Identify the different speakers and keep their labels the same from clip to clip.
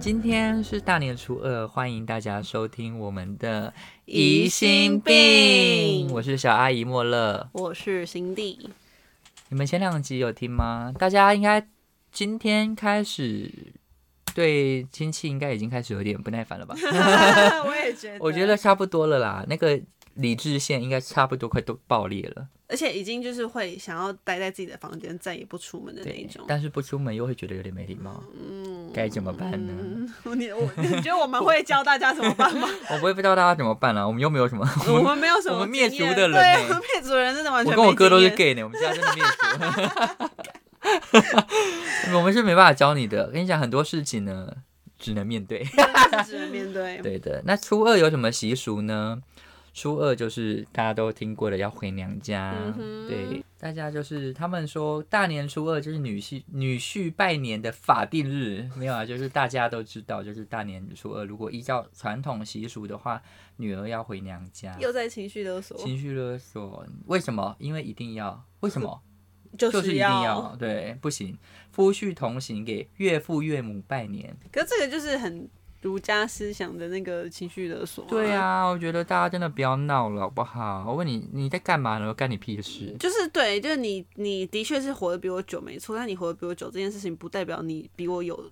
Speaker 1: 今天是大年初二，欢迎大家收听我们的
Speaker 2: 疑心病
Speaker 1: 我是小阿姨莫乐。
Speaker 2: 我是新弟，
Speaker 1: 你们前两集有听吗？大家应该今天开始对亲戚应该已经开始有点不耐 烦了吧？
Speaker 2: 我也觉
Speaker 1: 我觉得，差不多了啦，那个理智线应该差不多快都爆裂 了。
Speaker 2: 而且已经就是会想要待在自己的房间，再也不出门的那一
Speaker 1: 对
Speaker 2: 种，。
Speaker 1: 但是不出门又会觉得有点没礼貌，
Speaker 2: 嗯，
Speaker 1: 该怎么办呢？
Speaker 2: 嗯，你我你觉得我们会教大家怎么办吗？
Speaker 1: 我不会不知道大家怎么办啦、 我们又没有 什么，
Speaker 2: 我们没有什么
Speaker 1: 我们灭
Speaker 2: 经验
Speaker 1: 族的人
Speaker 2: 对，
Speaker 1: 呢
Speaker 2: 我们灭族的人真的完
Speaker 1: 我
Speaker 2: 全。
Speaker 1: 跟我哥都是。gay 呢，我们家真的灭族。 我们是没办法教你的，我跟你讲很多事情呢，只能面对。
Speaker 2: 就是只能面对。
Speaker 1: 对的，那初二有什么习俗呢？初二就是大家都听过的，要回娘家。
Speaker 2: 嗯哼
Speaker 1: 对，大家就是他们说大年初二就是女婿女婿拜年的法定日，没有啊，就是大家都知道，就是大年初二，如果依照传统习俗的话，女儿要回娘家。
Speaker 2: 又在情绪勒索，
Speaker 1: 情绪勒索，为什么？因为一定要，为什么？
Speaker 2: 就
Speaker 1: 就是
Speaker 2: 是
Speaker 1: 一定要，对，不行，夫婿同行给岳父岳母拜年。
Speaker 2: 可是这个就是很儒家思想的那个情绪勒索、
Speaker 1: 对，啊，我觉得大家真的不要闹了，好不好？我问你，你在干嘛呢？干你屁事！
Speaker 2: 就是对，就是你，你的确是活得比我久，没错。但你活得比我久这件事情，不代表你比我有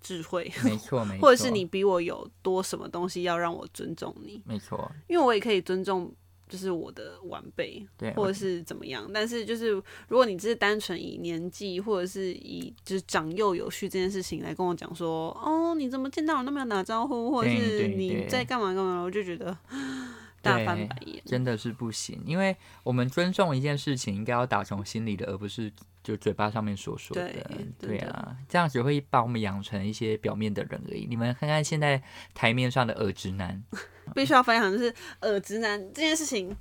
Speaker 2: 智慧，
Speaker 1: 没错， 没错，
Speaker 2: 或者是你，比我有多什么东西要让我尊重你，
Speaker 1: 没错，
Speaker 2: 因为我也可以尊重。就是我的晚辈，
Speaker 1: 对，
Speaker 2: 或
Speaker 1: 我
Speaker 2: 者是怎么样，但是就是如果你只是单纯以年纪，或者是以就是长幼有序这件事情来跟我讲说，哦，你怎么见到人都没有打招呼，或者
Speaker 1: 对
Speaker 2: 是
Speaker 1: 对
Speaker 2: 你
Speaker 1: 对
Speaker 2: 在干嘛干嘛，我就觉得 大翻
Speaker 1: 对
Speaker 2: 白眼。
Speaker 1: 真的是不行，因为我们尊重一件事情，应该要打从心里的，而不是就嘴巴上面所说的
Speaker 2: 对。真
Speaker 1: 对
Speaker 2: 的
Speaker 1: 啊，这样只会把我们养成一些表面的人而已。你们看看现在台面上的耳直男，
Speaker 2: 必须要分享，就是呃，直男这件事情，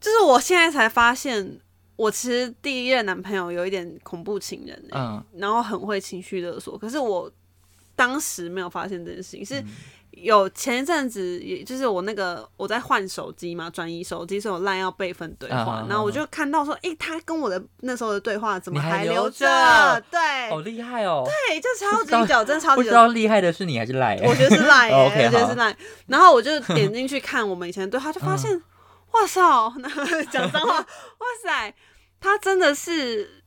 Speaker 2: 就是我现在才发现，我其实第一任男朋友有一点恐怖情人、欸，
Speaker 1: 嗯，
Speaker 2: 然后很会情绪勒索，可是我当时没有发现这件事情，
Speaker 1: 嗯
Speaker 2: 是有前一阵子，也就是我那个我在换手机嘛，转移手机，所以我烂要备份对
Speaker 1: 啊啊
Speaker 2: 话
Speaker 1: 啊，
Speaker 2: 然后我就看到说，诶，他跟我的那时候的对话怎么
Speaker 1: 你还
Speaker 2: 还
Speaker 1: 留
Speaker 2: 留
Speaker 1: 着
Speaker 2: 着？对，
Speaker 1: 好厉害哦！
Speaker 2: 对，就超级
Speaker 1: 不知道
Speaker 2: 久，真的超
Speaker 1: 不
Speaker 2: 级
Speaker 1: 知
Speaker 2: 久，
Speaker 1: 道厉害的是你还是赖、
Speaker 2: 我觉得是赖、欸，
Speaker 1: OK，
Speaker 2: 我觉得是
Speaker 1: 好嗯
Speaker 2: 赖。然后我就点进去看我们以前的对话，就发现，哇操，讲脏话，哇塞，他真的是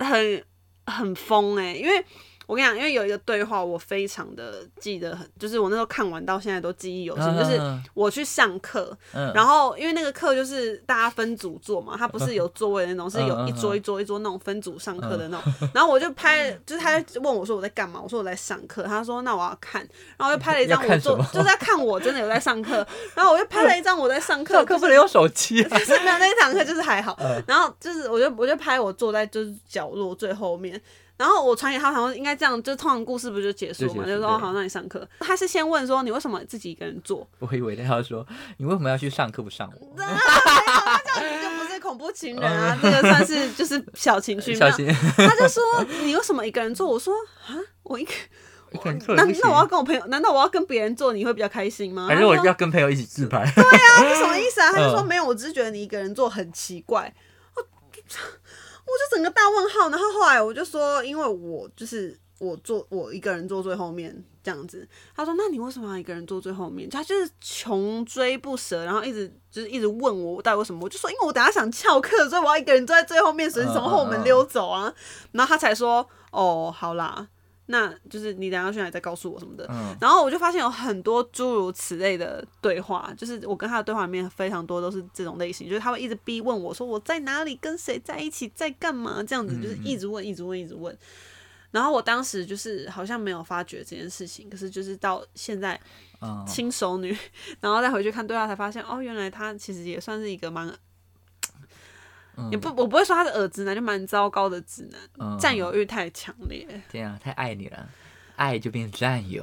Speaker 2: 很很疯哎、因为。我跟你讲，因为有一个对话，我非常的记得很，就是我那时候看完到现在都记忆犹新。就是
Speaker 1: 嗯
Speaker 2: 我去上课，
Speaker 1: 嗯
Speaker 2: 然后因为那个课就是大家分组坐嘛，它不是有座位的那 种，是
Speaker 1: 嗯
Speaker 2: 有一桌一桌一桌那种分组上课的那种。然后我就拍，就是他就问我说我在干嘛，我说我在上课，他说那我要看，然后我就拍了一张
Speaker 1: 要
Speaker 2: 我
Speaker 1: 看什
Speaker 2: 坐
Speaker 1: 么，
Speaker 2: 就是在看我真的有在上课，然后我就拍了一张我在上课，
Speaker 1: 上课不嗯 能用手机啊
Speaker 2: 可！是没有那一堂课就是还好，然后就是我就我就拍我坐在就是角落最后面，然后我传给他，好像应该这样，就通常故事不就结束
Speaker 1: 就
Speaker 2: 嘛，
Speaker 1: 结
Speaker 2: 就
Speaker 1: 束
Speaker 2: 说
Speaker 1: 对
Speaker 2: 哦好，那你上课。他是先问说你为什么自己一个人坐，
Speaker 1: 我以为他要说你为什么要去上课不上
Speaker 2: 啊
Speaker 1: 我？
Speaker 2: 就不是恐怖情人 啊，这个算是就是小情绪。
Speaker 1: 小心，
Speaker 2: 他就说你为什么一个人做？我说啊，我一个
Speaker 1: 一个人做
Speaker 2: 难
Speaker 1: 也不行
Speaker 2: 那我要啊跟我朋友，难道我要跟别人做你会比较开心吗？
Speaker 1: 还是我
Speaker 2: 他
Speaker 1: 就
Speaker 2: 说
Speaker 1: 要跟朋友一起自拍？
Speaker 2: 啊，你什么意思啊？他就说
Speaker 1: 嗯
Speaker 2: 没有，我只是觉得你一个人做很奇怪。我就我就整个大问号，然后后来我就说，因为我就是我坐我一个人坐最后面这样子。他说，那你为什么要一个人坐最后面？他就是穷追不舍，然后一直就是一直问我到底为什么。我就说，因为我等下想翘课，所以我要一个人坐在最后面，所以你从后门溜走啊。然后他才说，哦，好啦，那就是你等下要去哪里再告诉我什么的。
Speaker 1: 嗯，
Speaker 2: 然后我就发现有很多诸如此类的对话，就是我跟他的对话里面非常多都是这种类型，就是他会一直逼问我说我在哪里，跟谁在一起，在干嘛，这样
Speaker 1: 嗯
Speaker 2: 子就是一直问，一直问，一直问。然后我当时就是好像没有发觉这件事情，可是就是到现在
Speaker 1: 嗯，
Speaker 2: 亲熟女， 然后再回去看对话才发现，哦，原来他其实也算是一个蛮，
Speaker 1: 嗯
Speaker 2: 也不我不会说他是耳直男，就蛮糟糕的直男，
Speaker 1: 嗯
Speaker 2: 占有欲太强烈。
Speaker 1: 对啊，太爱你了，爱就变占有。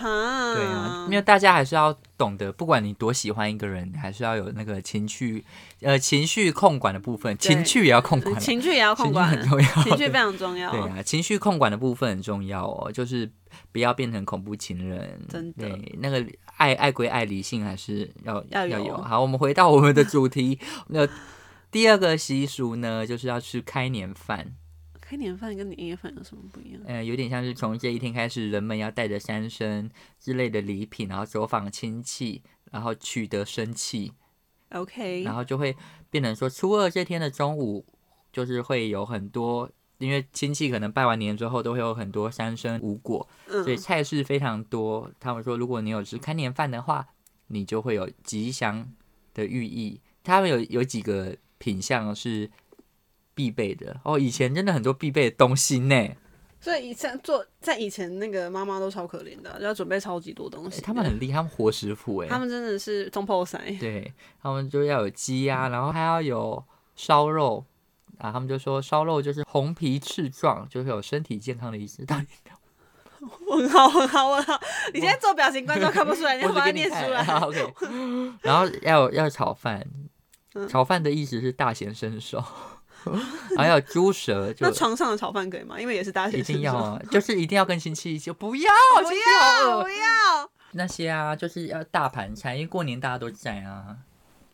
Speaker 2: 哈，
Speaker 1: 对
Speaker 2: 嗯
Speaker 1: 啊，没有大家还是要懂得，不管你多喜欢一个人，还是要有那个情绪，呃，情绪控管的部分，
Speaker 2: 对
Speaker 1: 情绪也要控管啊，
Speaker 2: 情绪也要控管，
Speaker 1: 情
Speaker 2: 哦
Speaker 1: 绪很重要，
Speaker 2: 情绪非常重要。
Speaker 1: 对啊，情绪控管的部分很重要哦，就是不要变成恐怖情人。
Speaker 2: 真的
Speaker 1: 对，那个爱爱归爱，理性还是要
Speaker 2: 要有
Speaker 1: 有。好，我们回到我们的主题，那第二个习俗呢，就是要吃开年饭。
Speaker 2: 开年饭跟年夜饭有什么不一样？
Speaker 1: 呃，有点像是从这一天开始，人们要带着三牲之类的礼品，然后走访亲戚，然后取得生气，
Speaker 2: OK，
Speaker 1: 然后就会变成说，初二这天的中午，就是会有很多，因为亲戚可能拜完年之后都会有很多三牲五果，所以
Speaker 2: 嗯，
Speaker 1: 菜式非常多。他们说，如果你有吃看年饭的话，你就会有吉祥的寓意。他们有有几个品相是必备的哦，以前真的很多必备的东西呢。
Speaker 2: 所以以前做在以前那个妈妈都超可怜的，要准备超级多东
Speaker 1: 诶
Speaker 2: 西的。
Speaker 1: 哎他们很厉害，他们活食谱哎，
Speaker 2: 他们真的是 中破塞，
Speaker 1: 对他们就要有鸡啊，然后还要有烧肉啊。他们就说烧肉就是红皮赤壮，就是有身体健康的意思。到底
Speaker 2: 问号问号问号，你现在做表情，观众看不 出来，你要
Speaker 1: 我只
Speaker 2: 把
Speaker 1: 给
Speaker 2: 它
Speaker 1: 你
Speaker 2: 念出
Speaker 1: 看
Speaker 2: 来。
Speaker 1: 好，OK。然 后要有要有炒饭
Speaker 2: 嗯，
Speaker 1: 炒饭的意思是大显身手， 还有猪 舌就
Speaker 2: 那床上的炒饭可以吗？因为也是大学
Speaker 1: 一
Speaker 2: 生，
Speaker 1: 定要啊，就是一定要跟亲戚一起，不要
Speaker 2: 不
Speaker 1: 亲戚好
Speaker 2: 要
Speaker 1: 恶
Speaker 2: 不要，
Speaker 1: 那些啊，就是要大盘菜，因为过年大家都在啊，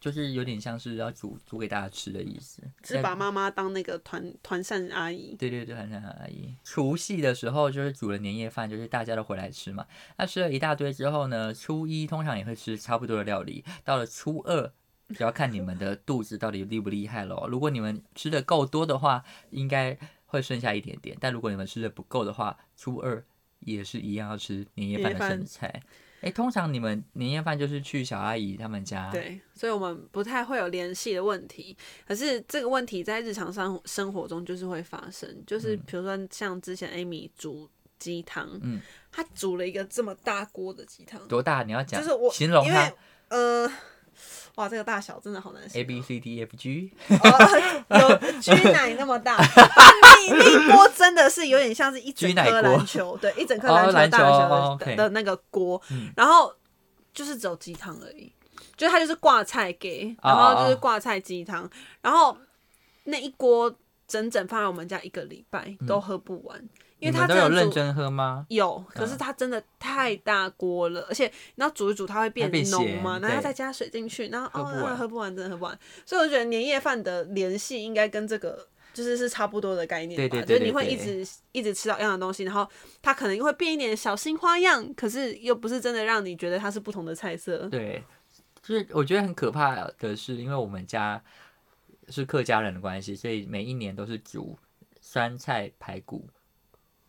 Speaker 1: 就是有点像是要煮煮给大家吃的意思。
Speaker 2: 只把妈妈当那个团团扇阿姨。
Speaker 1: 对对对，很很而已。除夕的时候就是煮了年夜饭，就是大家都回来吃嘛。那吃了一大堆之后呢，初一通常也会吃差不多的料理，到了初二。只要看你们的肚子到底厉不厉害咯。如果你们吃的够多的话，应该会剩下一点点；但如果你们吃的不够的话，初二也是一样要吃年夜饭
Speaker 2: 年夜
Speaker 1: 的
Speaker 2: 饭
Speaker 1: 剩菜。哎，通常你们年夜饭就是去小阿姨他们家，
Speaker 2: 对，所以我们不太会有联系的问题。可是这个问题在日常生生活中就是会发生，就是比如说像之前 Amy 煮鸡汤，
Speaker 1: 嗯，
Speaker 2: 她煮了一个这么大锅的鸡汤，
Speaker 1: 多大？你要讲，
Speaker 2: 就是我
Speaker 1: 形容
Speaker 2: 因
Speaker 1: 它
Speaker 2: 为呃，哇，这个大小真的好难形容
Speaker 1: A B C D E F G，
Speaker 2: 哦，有居奶那么大，那那一锅真的是有点像是一整
Speaker 1: 居奶
Speaker 2: 颗
Speaker 1: 锅
Speaker 2: 篮球，对，一整颗
Speaker 1: 哦
Speaker 2: 篮球
Speaker 1: 篮球
Speaker 2: 大小的,、
Speaker 1: 哦，OK
Speaker 2: 的那个锅
Speaker 1: 嗯，
Speaker 2: 然后就是只有鸡汤而已，就是它就是挂菜给，
Speaker 1: 哦
Speaker 2: 然后就是挂菜鸡汤，然后那一锅整整放在我们家一个礼拜都喝不完，因为
Speaker 1: 你
Speaker 2: 它
Speaker 1: 们都有
Speaker 2: 真的
Speaker 1: 认
Speaker 2: 煮。
Speaker 1: 真喝吗？
Speaker 2: 有，可是它真的太大锅了，而且你知道煮一煮它会变
Speaker 1: 它变
Speaker 2: 浓
Speaker 1: 咸
Speaker 2: 嘛，然后
Speaker 1: 对
Speaker 2: 再加水进去，然后
Speaker 1: 喝
Speaker 2: 哦
Speaker 1: 不完
Speaker 2: 那喝不完，真的喝不完。所以我觉得年夜饭的联系应该跟这个就是是差不多的概念吧，
Speaker 1: 对对对
Speaker 2: 就是你
Speaker 1: 对
Speaker 2: 会
Speaker 1: 对
Speaker 2: 一直一直吃到一样的东西，然后它可能会变一点小新花样，可是又不是真的让你觉得它是不同的菜色。
Speaker 1: 对，就是我觉得很可怕的是，因为我们家是客家人的关系，所以每一年都是煮酸菜排骨，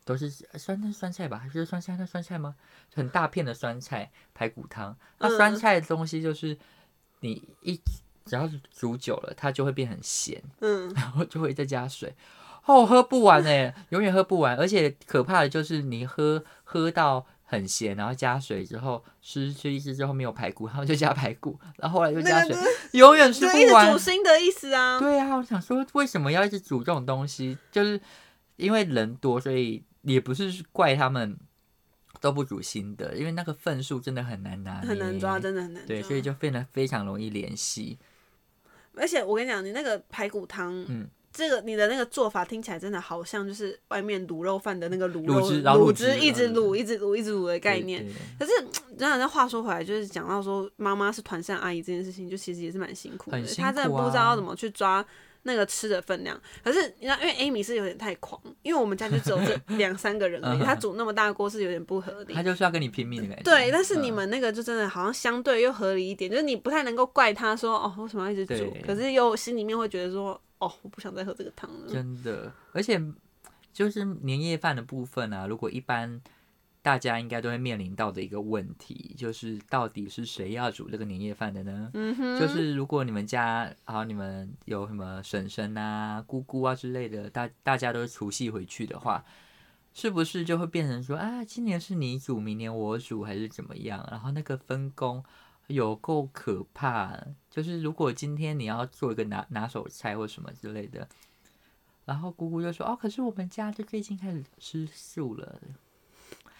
Speaker 1: 都是酸那是酸菜吧？还是酸菜？那酸菜吗？很大片的酸菜排骨汤。那酸
Speaker 2: 嗯
Speaker 1: 菜的东西就是你一只要是煮久了，它就会变很咸，
Speaker 2: 嗯，
Speaker 1: 然后就会再加水。哦，喝不完哎，永远喝不完。而且可怕的就是你喝喝到很咸，然后加水之后吃吃一吃之后没有排骨，然后就加排骨，然后后来又加
Speaker 2: 那
Speaker 1: 水
Speaker 2: 个，
Speaker 1: 永远吃
Speaker 2: 就一
Speaker 1: 不
Speaker 2: 直
Speaker 1: 完
Speaker 2: 煮。新的意思啊。
Speaker 1: 对啊，我想说为什么要一直煮这种东西？就是因为人多，所以也不是怪他们都不煮新的，因为那个份数真的很难拿，
Speaker 2: 很难抓，。真的很难抓。
Speaker 1: 对，所以就变得非常容易联系。
Speaker 2: 而且我跟你讲，你那个排骨汤，
Speaker 1: 嗯
Speaker 2: 这个你的那个做法听起来真的好像就是外面卤肉饭的那个卤肉
Speaker 1: 卤汁然后卤汁
Speaker 2: 汁一直
Speaker 1: 嗯
Speaker 2: 卤，一直卤，一直卤的概
Speaker 1: 对
Speaker 2: 念。
Speaker 1: 对
Speaker 2: 可是，然后那话说回来，就是讲到说妈妈是团扇阿姨这件事情，就其实也是蛮辛苦的，
Speaker 1: 很辛苦啊
Speaker 2: 她真的不知道要怎么去抓。那个吃的分量，可是你知道，因为 Amy 是有点太狂，因为我们家就只有这两三个 人而已，
Speaker 1: 嗯
Speaker 2: 她煮那么大锅是有点不合理。
Speaker 1: 他就是要跟你拼命的感觉。
Speaker 2: 对，但是
Speaker 1: 嗯
Speaker 2: 你们那个就真的好像相对又合理一点，就是你不太能够怪他说哦为什么要一直煮
Speaker 1: 对，
Speaker 2: 可是又心里面会觉得说哦我不想再喝这个汤了。
Speaker 1: 真的，而且就是年夜饭的部分啊，如果一般大家应该都会面临到的一个问题，就是到底是谁要煮这个年夜饭的呢？
Speaker 2: 嗯哼，
Speaker 1: 就是如果你们家好，你们有什么婶婶啊、姑姑啊之类的，大大家都除夕回去的话，是不是就会变成说啊，今年是你煮，明年我煮，还是怎么样？然后那个分工有够可怕，就是如果今天你要做一个拿拿手菜或什么之类的。然后姑姑就说：“哦，可是我们家就最近开始吃素了，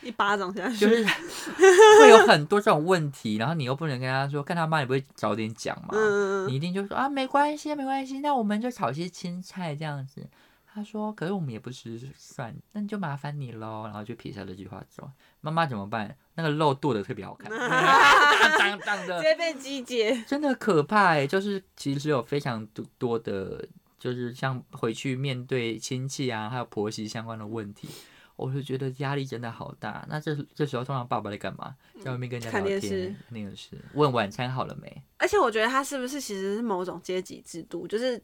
Speaker 2: 一巴掌下
Speaker 1: 就
Speaker 2: 去，
Speaker 1: 是会有很多这种问题，然后你又不能跟他说，看他妈你不会早点讲嘛？
Speaker 2: 嗯嗯
Speaker 1: 你一定就说啊，没关系，没关系，那我们就炒些青菜这样子。他说，可是我们也不吃蒜，那就麻烦你喽。然后就撇下这句话走。妈妈怎么办？那个肉剁的特别好看，当当当
Speaker 2: 嗯，直
Speaker 1: 的，欸
Speaker 2: 接被击姐。
Speaker 1: 真的可怕哎、就是其实有非常多多的。就是像回去面对亲戚啊，还有婆媳相关的问题，我就觉得压力真的好大。那这这时候通常爸爸在干嘛？在外面跟人家
Speaker 2: 嗯看
Speaker 1: 聊
Speaker 2: 电视
Speaker 1: 天，那个是问晚餐好了没？
Speaker 2: 而且我觉得他是不是其实是某种阶级制度，就是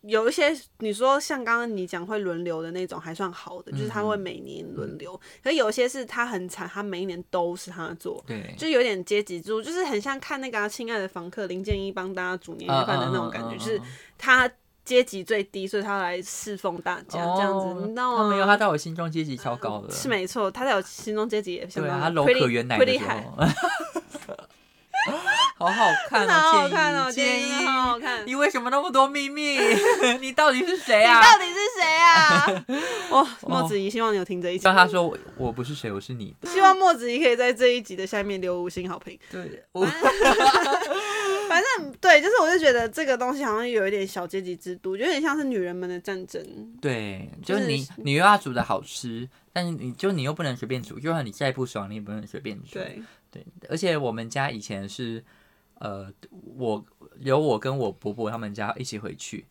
Speaker 2: 有一些你说像刚刚你讲会轮流的那种还算好的，就是他
Speaker 1: 嗯
Speaker 2: 会每年轮流，可是有些是他很惨，他每一年都是他做。
Speaker 1: 对，
Speaker 2: 就有点阶级制度，就是很像看那个、啊《亲爱的房客》林建一帮大家煮年夜饭的那
Speaker 1: 嗯
Speaker 2: 种感觉，就是他阶级最低，所以他来侍奉大家、这样子，你知道吗？
Speaker 1: 没有，哦他在我心中阶级超高的，
Speaker 2: 是没错，他在我心中阶级也相
Speaker 1: 对啊，
Speaker 2: 当
Speaker 1: 他楼
Speaker 2: 推
Speaker 1: 可
Speaker 2: 力
Speaker 1: 原奶
Speaker 2: 推
Speaker 1: 的
Speaker 2: 力
Speaker 1: 时
Speaker 2: 海
Speaker 1: 候， 好好 看
Speaker 2: 真的好
Speaker 1: 哦，
Speaker 2: 好看哦，
Speaker 1: 建
Speaker 2: 建
Speaker 1: 议
Speaker 2: 议真的好好看。哦
Speaker 1: 你为什么那么多秘密？ 你到底是谁啊哦
Speaker 2: 你？到底是谁 啊？哇、莫子怡，希望你有听这一集。
Speaker 1: 让他说我我不是谁，我是你的。
Speaker 2: 希望莫子怡可以在这一集的下面留五星好评。
Speaker 1: 对，我
Speaker 2: 反正对，就是我就觉得这个东西好像有一点小阶级制度，有点像是女人们的战争。
Speaker 1: 对，就是
Speaker 2: 就是
Speaker 1: 你你又要煮的好吃，但是你就你又不能随便煮，就算你再不爽，你也不能随便煮。
Speaker 2: 对，
Speaker 1: 对，而且我们家以前是，呃，我有我跟我伯伯他们家一起回去，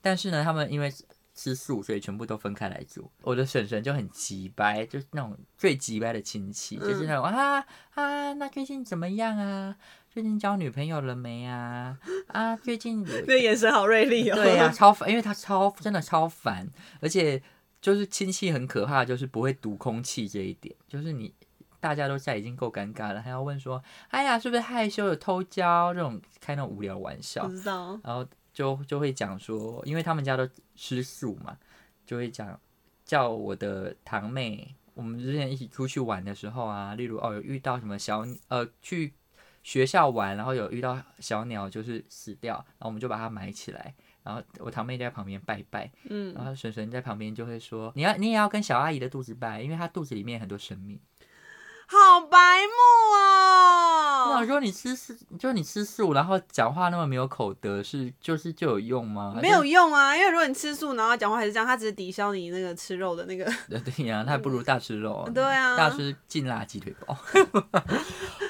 Speaker 1: 但是呢，他们因为吃素，所以全部都分开来住。我的婶婶就很急掰，就是那种最急掰的亲戚，就是那种啊啊，那最近怎么样啊？最近交女朋友了没啊？啊，最近有
Speaker 2: 那眼神好锐利哦。
Speaker 1: 对呀、超烦，因为他超真的超烦，而且就是亲戚很可怕，就是不会读空气这一点，就是你大家都在已经够尴尬了，还要问说，哎呀，是不是害羞有偷交这种开那种无聊玩笑
Speaker 2: 不，知道。
Speaker 1: 然后就就会讲说，因为他们家都吃素嘛，就会讲叫我的堂妹，我们之前一起出去玩的时候啊，例如哦有遇到什么小呃去学校玩，然后有遇到小鸟就是死掉，然后我们就把它埋起来。然后我堂妹就在旁边拜拜，
Speaker 2: 嗯，
Speaker 1: 然后婶婶在旁边就会说：“你要你也要跟小阿姨的肚子拜，因为她肚子里面很多生命。”
Speaker 2: 好白目
Speaker 1: 那我
Speaker 2: 哦。
Speaker 1: 说你吃素，就你吃素，然后讲话那么没有口德，是就是就有用吗？
Speaker 2: 没有用啊，因为如果你吃素，然后讲话还是这样，他只是抵消你那个吃肉的那个。
Speaker 1: 呃，对呀、那还不如大吃肉。
Speaker 2: 嗯对啊
Speaker 1: 大吃劲辣鸡腿堡，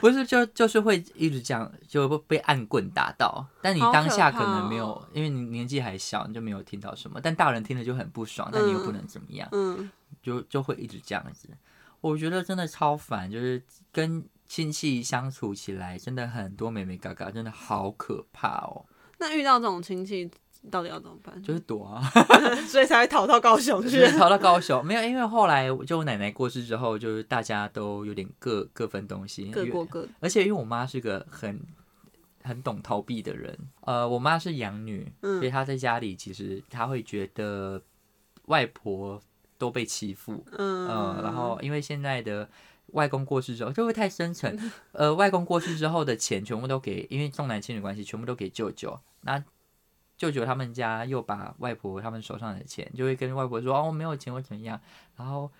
Speaker 1: 不是就就是会一直这样，就会被按棍打到。但你
Speaker 2: 好可
Speaker 1: 当下可
Speaker 2: 怕
Speaker 1: 能
Speaker 2: 哦
Speaker 1: 没有，因为你年纪还小，你就没有听到什么。但大人听了就很不爽，但你又不能怎么样，
Speaker 2: 嗯，
Speaker 1: 就就会一直这样子。我觉得真的超烦，就是跟亲戚相处起来，真的很多美美嘎嘎，真的好可怕哦。
Speaker 2: 那遇到这种亲戚到底要怎么办？
Speaker 1: 就是躲啊。
Speaker 2: 所以才会逃到高 雄去
Speaker 1: 是。逃到高雄，没有，因为后来我就我奶奶过世之后，就是大家都有点各各分东西，
Speaker 2: 各
Speaker 1: 因为
Speaker 2: 过各的。
Speaker 1: 而且因为我妈是个很很懂逃避的人，呃，我妈是养女，
Speaker 2: 嗯
Speaker 1: 所以她在家里其实她会觉得外婆都被欺负，
Speaker 2: 嗯、
Speaker 1: 呃，然后因为现在的外公过世之后，就会太深沉。 呃，外公过世之后的钱全部都给，因为重男轻女关系，全部都给舅舅。那舅舅他们家又把外婆他们手上的钱，就会跟外婆说：“哦，我没有钱，我怎么样？”然后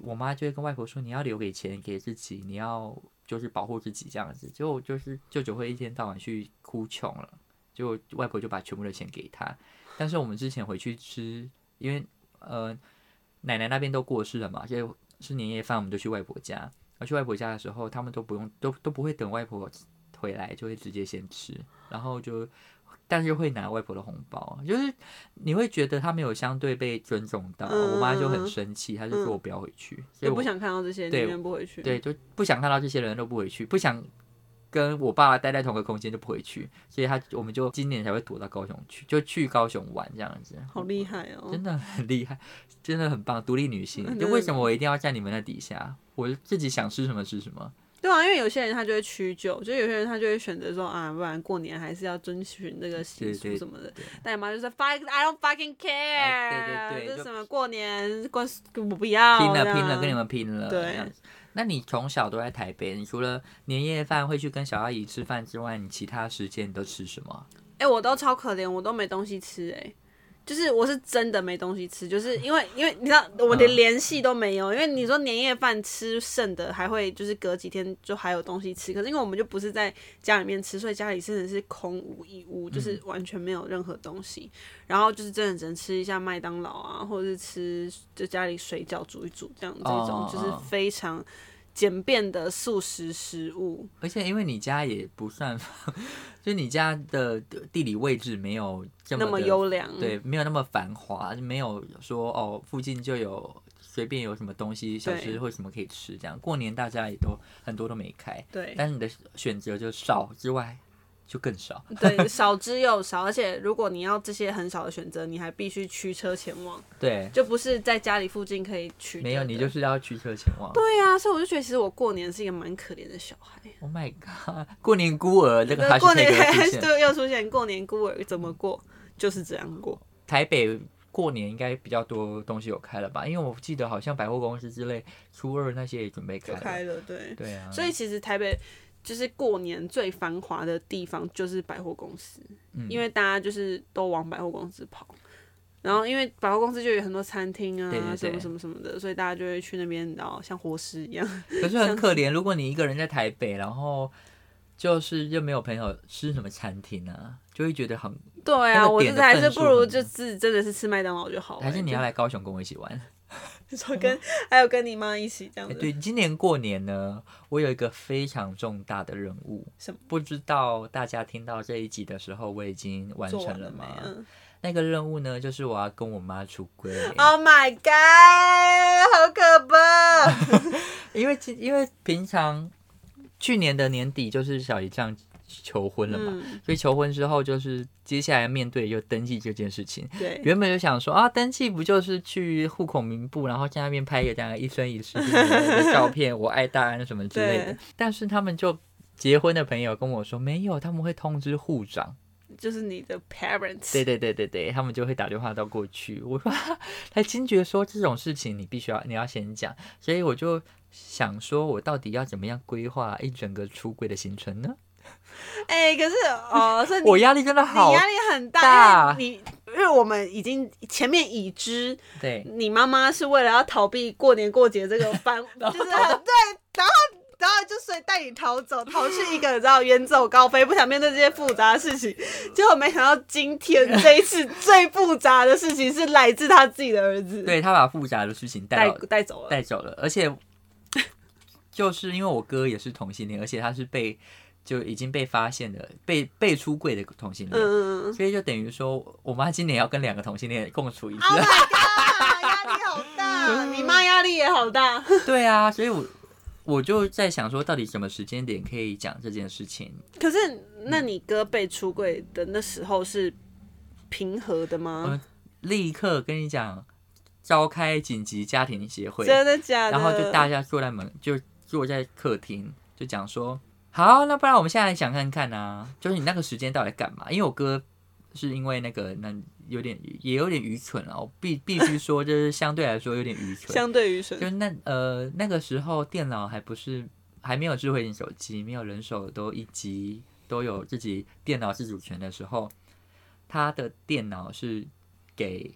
Speaker 1: 我妈就会跟外婆说：“你要留给钱给自己，你要就是保护自己这样子。”结果就是舅舅会一天到晚去哭穷了，结果外婆就把全部的钱给他。但是我们之前回去吃，因为呃奶奶那边都过世了嘛，所以吃年夜饭我们就去外婆家。而去外婆家的时候，他们都不用都都不会等外婆回来，就会直接先吃，然后就但是会拿外婆的红包，啊就是你会觉得他没有相对被尊重到。
Speaker 2: 嗯
Speaker 1: 我妈就很生气，她就说我不要回去，所
Speaker 2: 也
Speaker 1: 以我
Speaker 2: 不想看到这些，
Speaker 1: 对
Speaker 2: 宁愿不回去。
Speaker 1: 对，就不想看到这些人都不回去，不想跟我爸待在同个空间就不回去，所以他我们就今年才会躲到高雄去，就去高雄玩这样子。
Speaker 2: 好厉害哦！
Speaker 1: 真的很厉害，真的很棒，独立女性。
Speaker 2: 嗯
Speaker 1: 就为什么我一定要在你们那底下？我自己想吃什么吃什么。
Speaker 2: 对啊，因为有些人他就会屈就，就有些人他就会选择说啊，不然过年还是要遵循这个习
Speaker 1: 对
Speaker 2: 俗
Speaker 1: 对
Speaker 2: 什么的。但你妈就是 fuck I don't fucking care，、
Speaker 1: 哎对对对
Speaker 2: 这
Speaker 1: 就是
Speaker 2: 什么过年关我不要，
Speaker 1: 拼了
Speaker 2: 这样
Speaker 1: 拼了，跟你们拼了。
Speaker 2: 对
Speaker 1: 这样子。那你从小都在台北，你除了年夜饭会去跟小阿姨吃饭之外，你其他时间你都吃什么？
Speaker 2: 哎、我都超可怜，我都没东西吃、哎，就是我是真的没东西吃，就是因为因为你知道，我连
Speaker 1: 嗯
Speaker 2: 联系都没有，因为你说年夜饭吃剩的，还会就是隔几天就还有东西吃，可是因为我们就不是在家里面吃，所以家里真的是空无一物，就是
Speaker 1: 嗯
Speaker 2: 完全没有任何东西，然后就是真的只能吃一下麦当劳啊，或者是吃就家里水饺煮一煮这样这种，
Speaker 1: 哦
Speaker 2: 就是非常。简便的素食食物。
Speaker 1: 而且因为你家也不算，就你家的地理位置没有这
Speaker 2: 那
Speaker 1: 么
Speaker 2: 么
Speaker 1: 的
Speaker 2: 优良，
Speaker 1: 对，没有那么繁华，没有说哦附近就有随便有什么东西小吃
Speaker 2: 对
Speaker 1: 或什么可以吃这样。过年大家也都很多都没开，
Speaker 2: 对
Speaker 1: 但是你的选择就少之外就更少。
Speaker 2: 对，少之又少。而且如果你要这些很少的选择，你还必须驱车前往，
Speaker 1: 对，
Speaker 2: 就不是在家里附近可以取得的。
Speaker 1: 没有你就是要驱车前往。
Speaker 2: 对啊，所以我就觉得其实我过年是一个蛮可怜的小孩。
Speaker 1: Oh my god！过 年孤儿这个还是
Speaker 2: 过
Speaker 1: 那
Speaker 2: 年
Speaker 1: 个
Speaker 2: 还
Speaker 1: 出
Speaker 2: 是
Speaker 1: 现。
Speaker 2: 对又出现过年孤儿怎么过，就是这样过。
Speaker 1: 台北过年应该比较多东西有开了吧？因为我记得好像百货公司之类，初二那些也准备开
Speaker 2: 就
Speaker 1: 了。
Speaker 2: 开了，对。
Speaker 1: 啊对啊，
Speaker 2: 所以其实台北就是过年最繁华的地方就是百货公司，
Speaker 1: 嗯
Speaker 2: 因为大家就是都往百货公司跑。然后因为百货公司就有很多餐厅啊，
Speaker 1: 对对对
Speaker 2: 什么什么什么的，所以大家就会去那边，然后像活尸一样。
Speaker 1: 可是很可怜，如果你一个人在台北，然后就是又没有朋友，吃什么餐厅啊，就会觉得很。
Speaker 2: 对
Speaker 1: 那
Speaker 2: 啊，
Speaker 1: 个
Speaker 2: 我
Speaker 1: 点
Speaker 2: 就
Speaker 1: 的
Speaker 2: 是还是
Speaker 1: 份数
Speaker 2: 不如
Speaker 1: 很
Speaker 2: 就是真的是吃麦当劳就好了。
Speaker 1: 还是你要来高雄跟我一起玩？
Speaker 2: 就，就跟还有跟你妈一起这样
Speaker 1: 哎
Speaker 2: 子。
Speaker 1: 对，今年过年呢，我有一个非常重大的任务。
Speaker 2: 什么
Speaker 1: 不知道大家听到这一集的时候，我已经完
Speaker 2: 做
Speaker 1: 成
Speaker 2: 完了没
Speaker 1: 吗？
Speaker 2: 嗯
Speaker 1: 那个任务呢，就是我要跟我妈出 柜。
Speaker 2: ？Oh my god，好可怕！
Speaker 1: 因为其因为平常去年的年底就是小姨丈求婚了嘛，
Speaker 2: 嗯，
Speaker 1: 所以求婚之后就是接下来面对就登记这件事情。
Speaker 2: 对，
Speaker 1: 原本就想说啊，登记不就是去户口名簿，然后在那边拍一个这样一生一世的照片，我爱大安什么之类的
Speaker 2: 对。
Speaker 1: 但是他们就结婚的朋友跟我说，没有，他们会通知户长。
Speaker 2: 就是你的 parents。
Speaker 1: 对对对对对，他们就会打电话到过去。我说，哈哈他惊觉说这种事情你必须要你要先讲，所以我就想说，我到底要怎么样规划一整个出柜的行程呢？
Speaker 2: 哎、可是哦，所以你
Speaker 1: 我压力真的好
Speaker 2: 你压力很
Speaker 1: 大
Speaker 2: 大，因为你因为我们已经前面已知，
Speaker 1: 对。
Speaker 2: 你妈妈是为了要逃避过年过节这 个烦，就是很对，然后然后就所以带你逃走，逃去一个你知道远走高飞，不想面对这些复杂的事情，结果没想到 今天这一次最复杂的事情是来自他自己的儿子，
Speaker 1: 对他把复杂的事情带
Speaker 2: 带
Speaker 1: 到
Speaker 2: 带走了，
Speaker 1: 带走了，而且就是因为我哥也是同性恋，而且他是被就已经被发现的被被出柜的同性恋，
Speaker 2: 嗯嗯嗯
Speaker 1: 所以就等于说我妈今年要跟两个同性恋共处一室。
Speaker 2: ，Oh my god，压力好大，你妈压力也好大，
Speaker 1: 对啊，所以我我就在想说，到底什么时间点可以讲这件事情？
Speaker 2: 可是，那你哥被出柜的那时候是平和的
Speaker 1: 呃
Speaker 2: 吗？
Speaker 1: 立刻跟你讲，召开紧急家庭协会，
Speaker 2: 真的假的？
Speaker 1: 然后就大家坐在门，就坐在客厅，就讲说，好，那不然我们现在来想看看啊，就是你那个时间到底干嘛？因为我哥是因为那个那有点也有点愚蠢啊，我必必须说，就是相对来说有点愚蠢。
Speaker 2: 相对于 神
Speaker 1: 就那呃那个时候电脑还不是还没有智慧型手机，没有人手都一机，都有自己电脑自主权的时候，他的电脑是给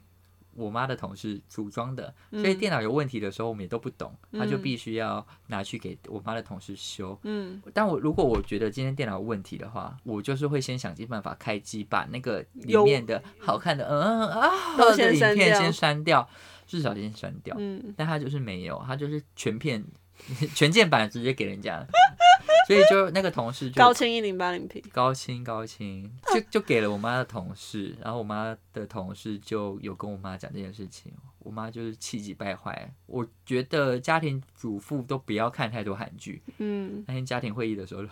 Speaker 1: 我妈的同事组装的，所以电脑有问题的时候，我们也都不懂，他就
Speaker 2: 嗯
Speaker 1: 必须要拿去给我妈的同事修。
Speaker 2: 嗯，
Speaker 1: 但我如果我觉得今天电脑有问题的话，我就是会先想尽办法开机，把那个里
Speaker 2: 有
Speaker 1: 面的好看的嗯嗯啊
Speaker 2: 都
Speaker 1: 的
Speaker 2: 先
Speaker 1: 影
Speaker 2: 删
Speaker 1: 片
Speaker 2: 掉
Speaker 1: 先删掉，至少先删掉。
Speaker 2: 嗯，
Speaker 1: 但他就是没有，他就是全片 全键版直接给人家， 所以就那个同事就
Speaker 2: 高清一零八零 P，
Speaker 1: 高清高清，就就给了我妈的同事，然后我妈的同事就有跟我妈讲这件事情，我妈就是气急败坏。我觉得家庭主妇都不要看太多韩剧。
Speaker 2: 嗯，
Speaker 1: 那天家庭会议的时候就，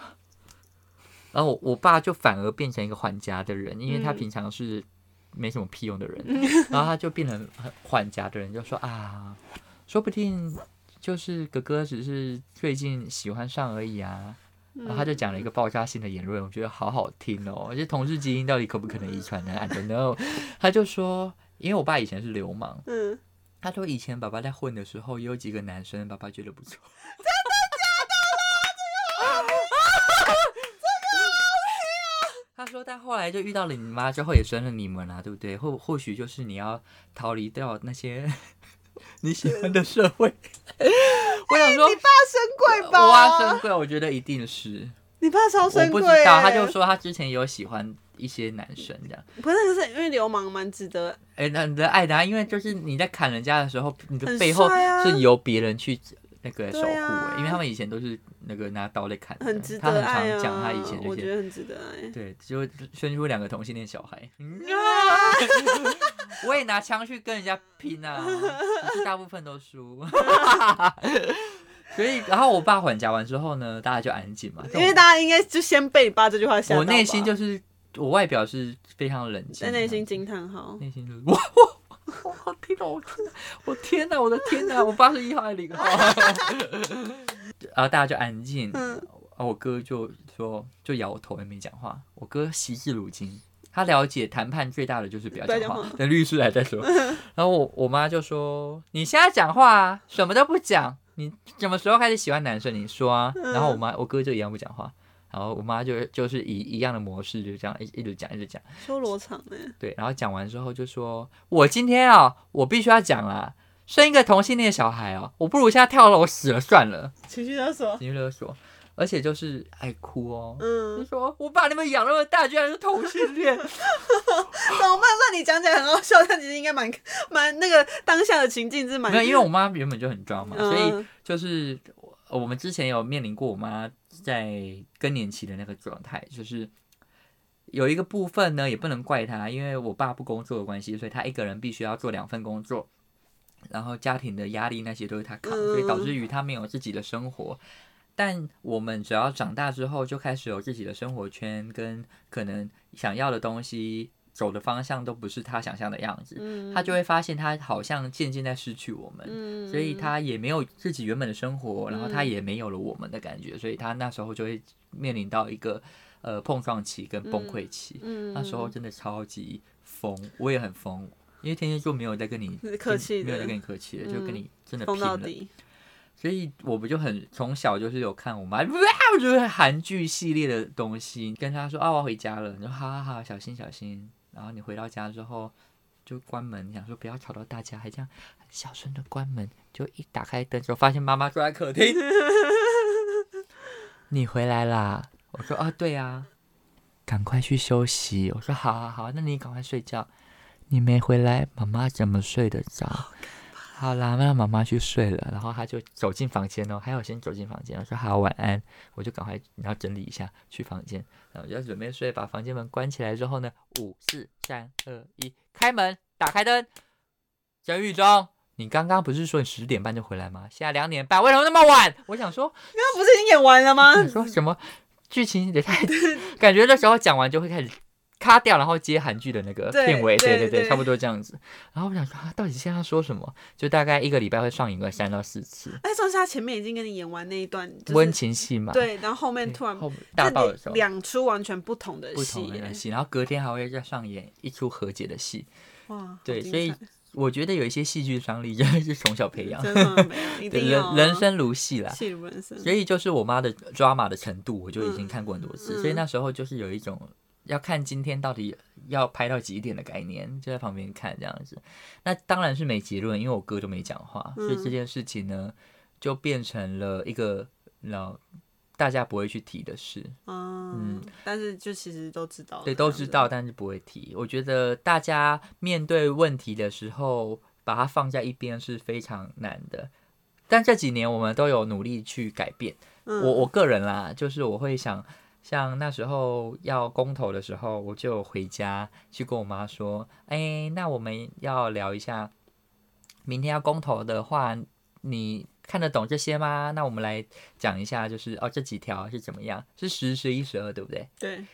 Speaker 1: 然后我我爸就反而变成一个缓家的人，因为他
Speaker 2: 嗯
Speaker 1: 平常是没什么屁用的人， 然后他就变成很缓家的人，就说啊，说不定就是哥哥只是最近喜欢上而已啊。然后他就讲
Speaker 2: 嗯
Speaker 1: 了一个爆炸性的言论，我觉得好好听哦。而且同志基因到底可不可能遗传呢？I don't know。他就说，因为我爸以前是流氓，
Speaker 2: 嗯，
Speaker 1: 他说以前爸爸在混的时候，也有几个男生爸爸觉得不错。 他说，但后来就遇到了你妈之后，也生了你们啊啦、对不对？或或许就是你要逃离掉那些你喜欢的社会。我想说，
Speaker 2: 哎爸生贵
Speaker 1: 我
Speaker 2: 吧？
Speaker 1: 挖深贵，我觉得一定是。
Speaker 2: 你爸超
Speaker 1: 我
Speaker 2: 生
Speaker 1: 不
Speaker 2: 贵、
Speaker 1: 知
Speaker 2: 欸，
Speaker 1: 道，他就说他之前有喜欢一些男生这样。
Speaker 2: 不是，可是因为流氓蛮值得，
Speaker 1: 哎、那你的爱达，因为就是你在砍人家的时候，你的
Speaker 2: 很
Speaker 1: 背后
Speaker 2: 帅啊
Speaker 1: 是由别人去那个守
Speaker 2: 对
Speaker 1: 护、欸，
Speaker 2: 啊
Speaker 1: 因为他们以前都是那个拿刀来砍的，
Speaker 2: 很值
Speaker 1: 嗯他
Speaker 2: 得
Speaker 1: 很
Speaker 2: 爱啊！
Speaker 1: 常讲他以前这
Speaker 2: 我
Speaker 1: 些
Speaker 2: 觉得很值得爱。
Speaker 1: 对，就生出两个同性恋小孩， 啊我也拿枪去跟人家拼啊，可是大部分都输。 所以，然后我爸还夹完之后呢，大家就安静嘛。
Speaker 2: 因为大家应该就先被爸这句话吓
Speaker 1: 但
Speaker 2: 到
Speaker 1: 我我
Speaker 2: 吧
Speaker 1: 内心就是我外表是非常冷静
Speaker 2: 在
Speaker 1: 的，
Speaker 2: 内心惊叹号，
Speaker 1: 内心就是我我我我天哦哪，我天哪，我天哪，我的天哪，我爸是一号还是零号？然后大家就安静，
Speaker 2: 嗯，
Speaker 1: 啊，我哥就说就摇头也没讲话。我哥惜字如金，他了解谈判最大的就是不要
Speaker 2: 不要
Speaker 1: 讲
Speaker 2: 讲
Speaker 1: 话，等律师来再 说。然后我我妈就说：“你现在讲话啊，什么都不讲，你什么时候开始喜欢男生？你说啊。”
Speaker 2: 嗯
Speaker 1: 然后我妈我哥就一样不讲话。然后我妈就就是一一样的模式，就这样一一直讲一直讲，
Speaker 2: 修罗场哎、
Speaker 1: 对，然后讲完之后就说：“我今天啊、我必须要讲啦，生一个同性恋小孩哦，我不如现在跳楼死了算了。”
Speaker 2: 情绪勒索，
Speaker 1: 情绪勒索，而且就是爱哭哦。就
Speaker 2: 嗯，
Speaker 1: 说我把你们养那么大，居然是同性恋，
Speaker 2: 怎么办？那你讲起来很好笑，但其实应该蛮蛮那个当下的情境是蛮
Speaker 1: 没有，因为我妈原本就很装嘛，
Speaker 2: 嗯
Speaker 1: 所以就是呃我们之前有面临过我妈在更年期的那个状态，就是有一个部分呢，也不能怪她，因为我爸不工作的关系，所以她一个人必须要做两份工作，然后家庭的压力那些都是她扛，所以导致于她没有自己的生活。但我们只要长大之后，就开始有自己的生活圈，跟可能想要的东西走的方向都不是她想象的样子，
Speaker 2: 嗯
Speaker 1: 她就会发现她好像渐渐在失去我们。
Speaker 2: 嗯
Speaker 1: 所以他也没有自己原本的生活，然后他也没有了我们的感觉，所以他那时候就会面临到一个呃碰撞期跟崩溃期。
Speaker 2: 嗯
Speaker 1: 那时候真的超级疯，我也很疯，因为天蝎座没有在跟你
Speaker 2: 客气
Speaker 1: 没有在
Speaker 2: 的嗯
Speaker 1: 跟你客气的，就跟你真的
Speaker 2: 疯
Speaker 1: 拼
Speaker 2: 到
Speaker 1: 了。
Speaker 2: 底，
Speaker 1: 所以我们就很从小就是有看我妈，哇，就是韩剧系列的东西，跟她说啊，我要回家了，你说好好好，小心小心。然后你回到家之后就关门，想说不要吵到大家，还这样小声的关门，就一打开灯之后发现妈妈坐在客厅， 你回来啦？我说啊，对啊，赶快去休息。我说好好好，那你赶快睡觉。你没回来，妈妈怎么睡得着？好啦，那妈妈去睡了，然后她就走进房间哦，还有先走进房间，我说好晚安，我就赶快然后整理一下去房间，然后我就准备睡，把房间门关起来之后呢，五四三二一，开门，打开灯，江玉忠，你刚刚不是说你十点半就回来吗？现在两点半，为什么那么晚？我想说，
Speaker 2: 刚刚不是已经演完了吗？
Speaker 1: 你说什 么剧情也太， 感觉那时候讲完就会开始卡掉，然后接韩剧的那个
Speaker 2: 对
Speaker 1: 片尾，对
Speaker 2: 对
Speaker 1: 对
Speaker 2: 对
Speaker 1: 差不多这样子。然后我想说，他到底现在要说什么？就大概一个礼拜会上映个三到四次
Speaker 2: 哎，算是他前面已经跟你演完那一段，就是
Speaker 1: 温情戏嘛，
Speaker 2: 对，然后后面
Speaker 1: 对，
Speaker 2: 突然
Speaker 1: 后大爆的时
Speaker 2: 这
Speaker 1: 候。
Speaker 2: 两出完全不同的
Speaker 1: 不
Speaker 2: 戏哎
Speaker 1: 同的
Speaker 2: 耶，
Speaker 1: 戏，然后隔天还会再上演一出和解的戏。
Speaker 2: 哇，好
Speaker 1: 对
Speaker 2: 精
Speaker 1: 所以
Speaker 2: 彩
Speaker 1: 我觉得有一些戏剧张力真的是从小培养，
Speaker 2: 真的没有，一
Speaker 1: 对
Speaker 2: 定
Speaker 1: 人
Speaker 2: 要啊
Speaker 1: 人生如戏啦。
Speaker 2: 戏如人生，
Speaker 1: 所以就是我妈的 drama 的程度，我就已经看过很多次，
Speaker 2: 嗯嗯
Speaker 1: 所以那时候就是有一种要看今天到底要拍到几点的概念，就在旁边看这样子。那当然是没结论，因为我哥就没讲话，所
Speaker 2: 嗯
Speaker 1: 以这件事情呢就变成了一个老大家不会去提的事，
Speaker 2: 嗯，但是就其实都知道了，
Speaker 1: 对，都
Speaker 2: 哦这样
Speaker 1: 知
Speaker 2: 子
Speaker 1: 道，，但是不会提。我觉得大家面对问题的时候，把它放在一边是非常难的。但这几年我们都有努力去改变。
Speaker 2: 嗯
Speaker 1: 我我个人啦，就是我会想，像那时候要公投的时候，我就回家去跟我妈说：“哎、那我们要聊一下，明天要公投的话，你看得懂这些吗？那我们来讲一下，就是哦，这几条是怎么样？是十、十一、十二，对不对？”
Speaker 2: 对，
Speaker 1: 然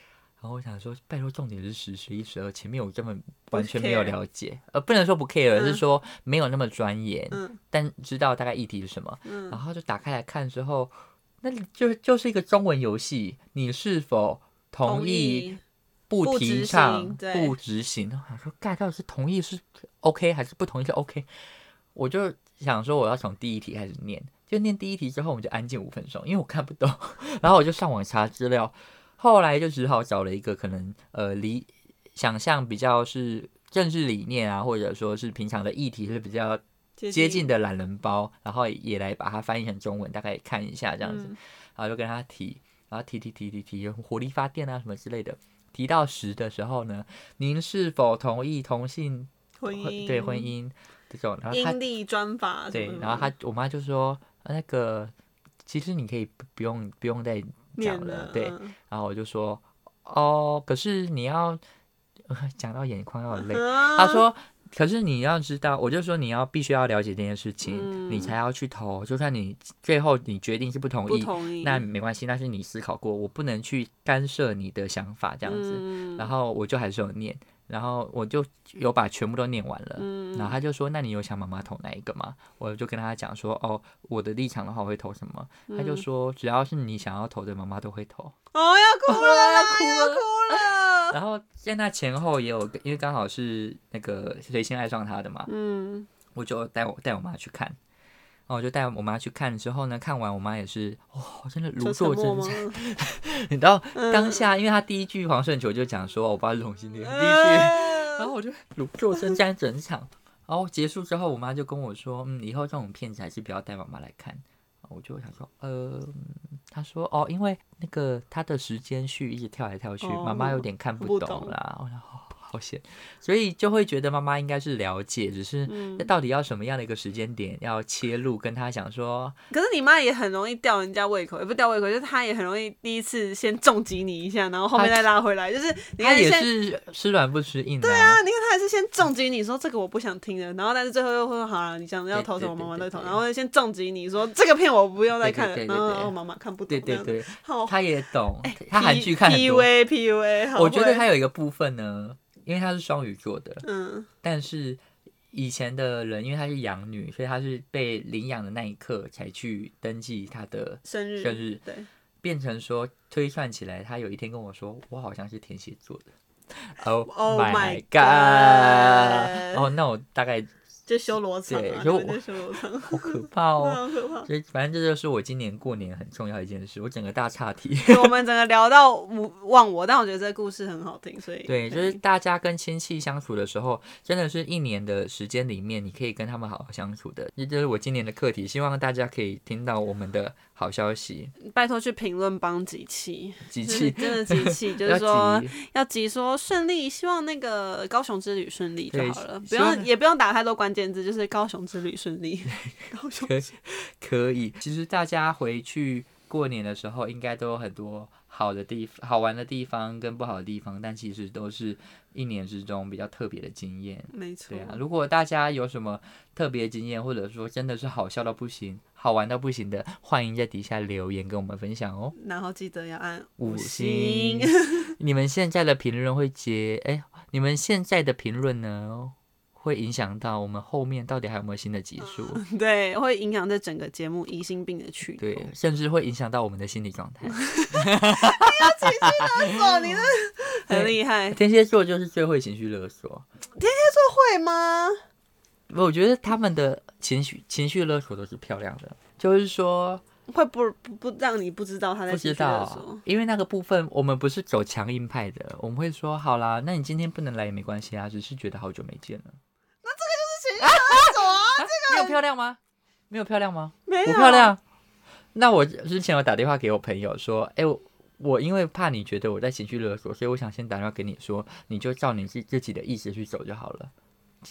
Speaker 1: 后我想说，拜托，重点是十、十一、十二，前面我根本
Speaker 2: 不
Speaker 1: 完全没有
Speaker 2: care
Speaker 1: 了解，呃，不能说不 care，、
Speaker 2: 嗯
Speaker 1: 是说没有那么钻研，
Speaker 2: 嗯
Speaker 1: 但知道大概议题是什么。
Speaker 2: 嗯
Speaker 1: 然后就打开来看之后，那就就是一个中文游戏，你是否同意、不
Speaker 2: 不
Speaker 1: 提
Speaker 2: 执
Speaker 1: 倡
Speaker 2: 行、对
Speaker 1: 不执行？然后我想说，盖到底是同意是 OK 还是不同意是 OK？我就想说，我要从第一题开始念，就念第一题之后，我们就安静五分钟，因为我看不懂， 然后我就上网查资料，后来就只好找了一个可能呃理想象比较是政治理念啊，或者说是平常的议题是比较接近的懒人包，然后也来把它翻译成中文，大概看一下这
Speaker 2: 这
Speaker 1: 样子，，然后就跟他提，然后提提提提提火力发电啊什么之类的。提到十的时候呢，您是否同意同性
Speaker 2: 婚姻
Speaker 1: 对婚姻这种？然后他
Speaker 2: 阴历专法什么
Speaker 1: 对
Speaker 2: 什，么
Speaker 1: 然后他我妈就说呃那个其实你可以不不用不用再
Speaker 2: 免
Speaker 1: 讲
Speaker 2: 了
Speaker 1: 了，对。
Speaker 2: 嗯
Speaker 1: 然后我就说，哦，可是你要 讲到眼眶要泪。
Speaker 2: 啊
Speaker 1: 他说，可是你要知道，我就说你要必须要了解这件事情，你
Speaker 2: 嗯
Speaker 1: 才要去投。就算你最后你决定是不同
Speaker 2: 不
Speaker 1: 意，
Speaker 2: 同意，
Speaker 1: 那没关系，那是你思考过，我不能去干涉你的想法这
Speaker 2: 这
Speaker 1: 样子。
Speaker 2: 子
Speaker 1: 然
Speaker 2: 后
Speaker 1: 后我就还是有念，然后我就有把全部都念完了。
Speaker 2: 嗯
Speaker 1: 然后他就说：“那你有想妈妈投哪一个吗？”我就跟他讲说：“哦，我的立场的话，我会投什么？”
Speaker 2: 嗯
Speaker 1: 他就说：“只要是你想要投的，妈妈都会投。
Speaker 2: 哦要哭了啦，
Speaker 1: 哭
Speaker 2: 要
Speaker 1: 了
Speaker 2: 哭了，
Speaker 1: 然后在那前后也有，因为刚好是那个谁先爱上他的嘛，
Speaker 2: 嗯
Speaker 1: 我就带我带我妈去看。然后我就带我妈去看之后呢，看完我妈也是，哦，真的如
Speaker 2: 就
Speaker 1: 坐
Speaker 2: 沉默
Speaker 1: 针
Speaker 2: 吗
Speaker 1: 毡。？ 你知道
Speaker 2: 嗯
Speaker 1: 当下，因为他第一句黄圣球就讲说，我爸是同性恋，第一句。然
Speaker 2: 嗯
Speaker 1: 后我 就如坐针毡整场。然后结束之后，我妈就跟我说：“嗯，以后这种片子还是不要带妈妈来看。”我就想说：“呃，嗯她说哦，因为那个她的时间序一直跳来跳去，妈妈有点看
Speaker 2: 不
Speaker 1: 哦不
Speaker 2: 懂
Speaker 1: 懂啦。”我想哦，好险，所以就会觉得妈妈应该是了解，只是那到底要什么样的一个时间点要切入，跟她讲说，
Speaker 2: 可是你妈也很容易吊人家胃口，也不是吊胃口，就是她也很容易第一次先重击你一下，然后后面
Speaker 1: 她
Speaker 2: 再拉回来，就是你
Speaker 1: 她
Speaker 2: 看
Speaker 1: 也
Speaker 2: 现在
Speaker 1: 是吃软不吃硬的、
Speaker 2: 啊，你看他也是先重击你说这个我不想听了，然后但是最后又会说好了，你想要投什么妈妈再投，然后先重击你说这个片我不用再看了，然后妈妈看不
Speaker 1: 对
Speaker 2: 懂，
Speaker 1: 对，对，
Speaker 2: 好，
Speaker 1: 她也懂，她韩剧看很
Speaker 2: P
Speaker 1: 多。
Speaker 2: U A P U A，
Speaker 1: 我觉得他有一个部分呢，因为他是双鱼座的，
Speaker 2: 嗯
Speaker 1: 但是以前的人因为他是养女，所以他是被领养的那一刻才去登记他的
Speaker 2: 生日
Speaker 1: 生日，
Speaker 2: 对，
Speaker 1: 变成说推算起来，他有一天跟我说，我好像是天蝎座的。Oh
Speaker 2: Oh my
Speaker 1: my
Speaker 2: god
Speaker 1: god！哦，那我大概
Speaker 2: 就修罗场啊，就修罗场，
Speaker 1: 好可怕哦。
Speaker 2: 好可怕。
Speaker 1: 所以反正这就是我今年过年很重要的一件事，我整个大岔题。
Speaker 2: 我们整个聊到忘我，但我觉得这个故事很好听，所以
Speaker 1: 对，就是大家跟亲戚相处的时候，真的是一年的时间里面，你可以跟他们好好相处的。这就是我今年的课题，希望大家可以听到我们的好消息。
Speaker 2: 拜托去评论帮集气，
Speaker 1: 机
Speaker 2: 就是
Speaker 1: 器
Speaker 2: 真的集 气，就
Speaker 1: 要
Speaker 2: 是说
Speaker 1: 急，
Speaker 2: 要急说顺利，希望那个高雄之旅顺利就好了，
Speaker 1: 对
Speaker 2: 不
Speaker 1: 希
Speaker 2: 用
Speaker 1: 望
Speaker 2: 也不用打太多关键字，就是高雄之旅顺利。 高雄
Speaker 1: 可可以。其实大家回去过年的时候，应该都有很多好的地方、好玩的地方跟不好的地方，但其实都是一年之中比较特别的经验。
Speaker 2: 没错
Speaker 1: 对，啊，如果大家有什么特别经验，或者说真的是好笑到不行、好玩到不行的，欢迎在底下留言跟我们分享哦。
Speaker 2: 然后记得要按
Speaker 1: 五
Speaker 2: 星
Speaker 1: 星。。 你们现在的评论会结，哎、你们现在的评论呢，会影响到我们后面到底还有没有新的集 数，
Speaker 2: 对，会影响这整个节目疑心病的去留。
Speaker 1: 对，甚至会影响到我们的心理状 态。
Speaker 2: 哇，你这很厉害，
Speaker 1: 天蝎座就是最会情绪勒索，
Speaker 2: 会吗？
Speaker 1: 我觉得他们的情绪情绪勒索都是漂亮的，就是说
Speaker 2: 会不不不让你不知道他在
Speaker 1: 不知
Speaker 2: 情绪勒
Speaker 1: 道啊
Speaker 2: 索，
Speaker 1: 因为那个部分我们不是走强硬派的，我们会说好啦，那你今天不能来也没关系啊，只是觉得好久没见了。
Speaker 2: 走啊，
Speaker 1: 啊、没有漂亮吗？没有漂亮吗？
Speaker 2: 没
Speaker 1: 不
Speaker 2: 有啊
Speaker 1: 漂，亮。那我之前有打电话给我朋友说，哎、我我因为怕你觉得我在情绪勒索，所以我想先打电话给你说，你就照你自自己的意思去走就好了。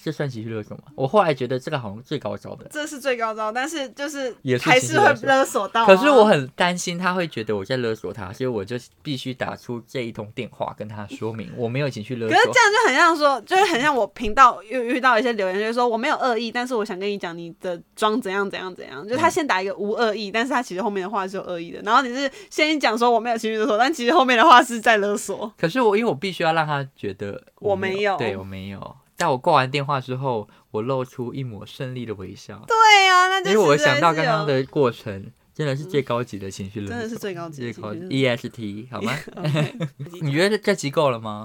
Speaker 1: 这算情绪勒索吗？我后来觉得这个好像最高招的，
Speaker 2: 这是最高招，但是就是
Speaker 1: 也是
Speaker 2: 还
Speaker 1: 情
Speaker 2: 是
Speaker 1: 绪
Speaker 2: 会
Speaker 1: 勒索
Speaker 2: 勒索到啊。
Speaker 1: 可是我很担心他会觉得我在勒索他，所以我就必须打出这一通电话跟他说明我没有情绪勒
Speaker 2: 可是
Speaker 1: 索
Speaker 2: 这。样就很像说，就是很像我频道遇遇到一些留言，就是说我没有恶意，但是我想跟你讲你的妆怎样怎样怎样。就是他先打一个无恶意，但是他其实后面的话是有恶意的。然后你是先讲说我没有情绪勒索，但其实后面的话是在勒索。
Speaker 1: 可是我因为我必须要让他觉得
Speaker 2: 我没有
Speaker 1: 对我没有。但我挂完电话之后，我露出一抹胜利的微笑。
Speaker 2: 对呀、啊，那 就
Speaker 1: 因为我
Speaker 2: 其实
Speaker 1: 想
Speaker 2: 还是
Speaker 1: 到刚
Speaker 2: 有
Speaker 1: 刚的过程，真的是最高级的情绪勒索，
Speaker 2: 真的是最高级
Speaker 1: 最
Speaker 2: 的情
Speaker 1: 高
Speaker 2: 绪
Speaker 1: EST 好吗？ 你
Speaker 2: ，OK
Speaker 1: 觉得这集够了吗？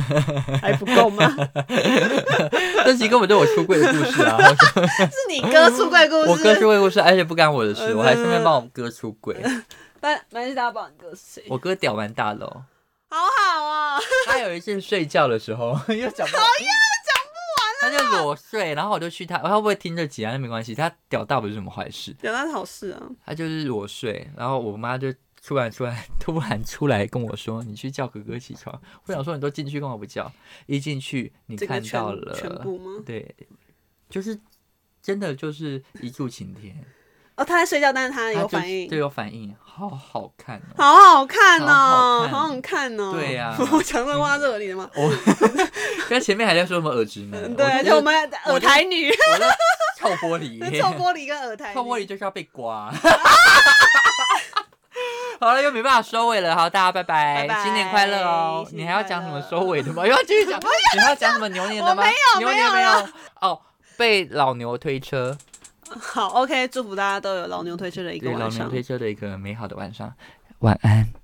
Speaker 2: 还不够吗？是
Speaker 1: 这集根本就我出柜的故事 啊！我说
Speaker 2: 你哥出柜故事，
Speaker 1: 我哥出柜故事，而且不干我的事，我还顺便帮我哥出 柜。
Speaker 2: 但但是大家不知道你哥是谁，
Speaker 1: 我哥屌完大楼，
Speaker 2: 好好啊、
Speaker 1: 他有一次睡觉的时候 又讲不完，他就裸睡，然后我就去他，他会不会听这集啊？那没关系，他屌大不是什么坏事，
Speaker 2: 有那是好事啊，
Speaker 1: 他就是裸睡，然后我妈就突然 出来，突然出来跟我说：“你去叫哥哥起床。”我想说：“你都进去干嘛不叫？”一进去，你
Speaker 2: 这个
Speaker 1: 看
Speaker 2: 全
Speaker 1: 到了，
Speaker 2: 全部吗？
Speaker 1: 对，就是真的就是一柱擎天。
Speaker 2: 哦，他在睡觉，但是他
Speaker 1: 他
Speaker 2: 有
Speaker 1: 就
Speaker 2: 反应，
Speaker 1: 就有反应，好好看哦。
Speaker 2: 好好看
Speaker 1: 好
Speaker 2: 哦，
Speaker 1: 好看
Speaker 2: 好想看哦。
Speaker 1: 对呀
Speaker 2: 我讲这话是合理的吗？
Speaker 1: 我刚才前面还在说什么耳直男，
Speaker 2: 嗯对，而且我们耳台 女，
Speaker 1: 我在臭玻 璃，
Speaker 2: 臭玻璃跟耳台女，
Speaker 1: 臭玻璃就是要被刮。 好了，又没办法收尾了，好，大家拜拜，
Speaker 2: 拜拜
Speaker 1: 新年快乐哦！
Speaker 2: 新
Speaker 1: 你还
Speaker 2: 年
Speaker 1: 要讲什么
Speaker 2: 快乐
Speaker 1: 收尾的吗？又要继续讲，你还要讲什么牛年的吗？
Speaker 2: 我没有
Speaker 1: 牛年
Speaker 2: 没
Speaker 1: 没
Speaker 2: 有
Speaker 1: 有哦，被老牛推车，
Speaker 2: 好，OK，祝福大家都有老牛推车的一个
Speaker 1: 对老
Speaker 2: 晚
Speaker 1: 牛
Speaker 2: 上。
Speaker 1: 推车的一个美好的晚上，晚安。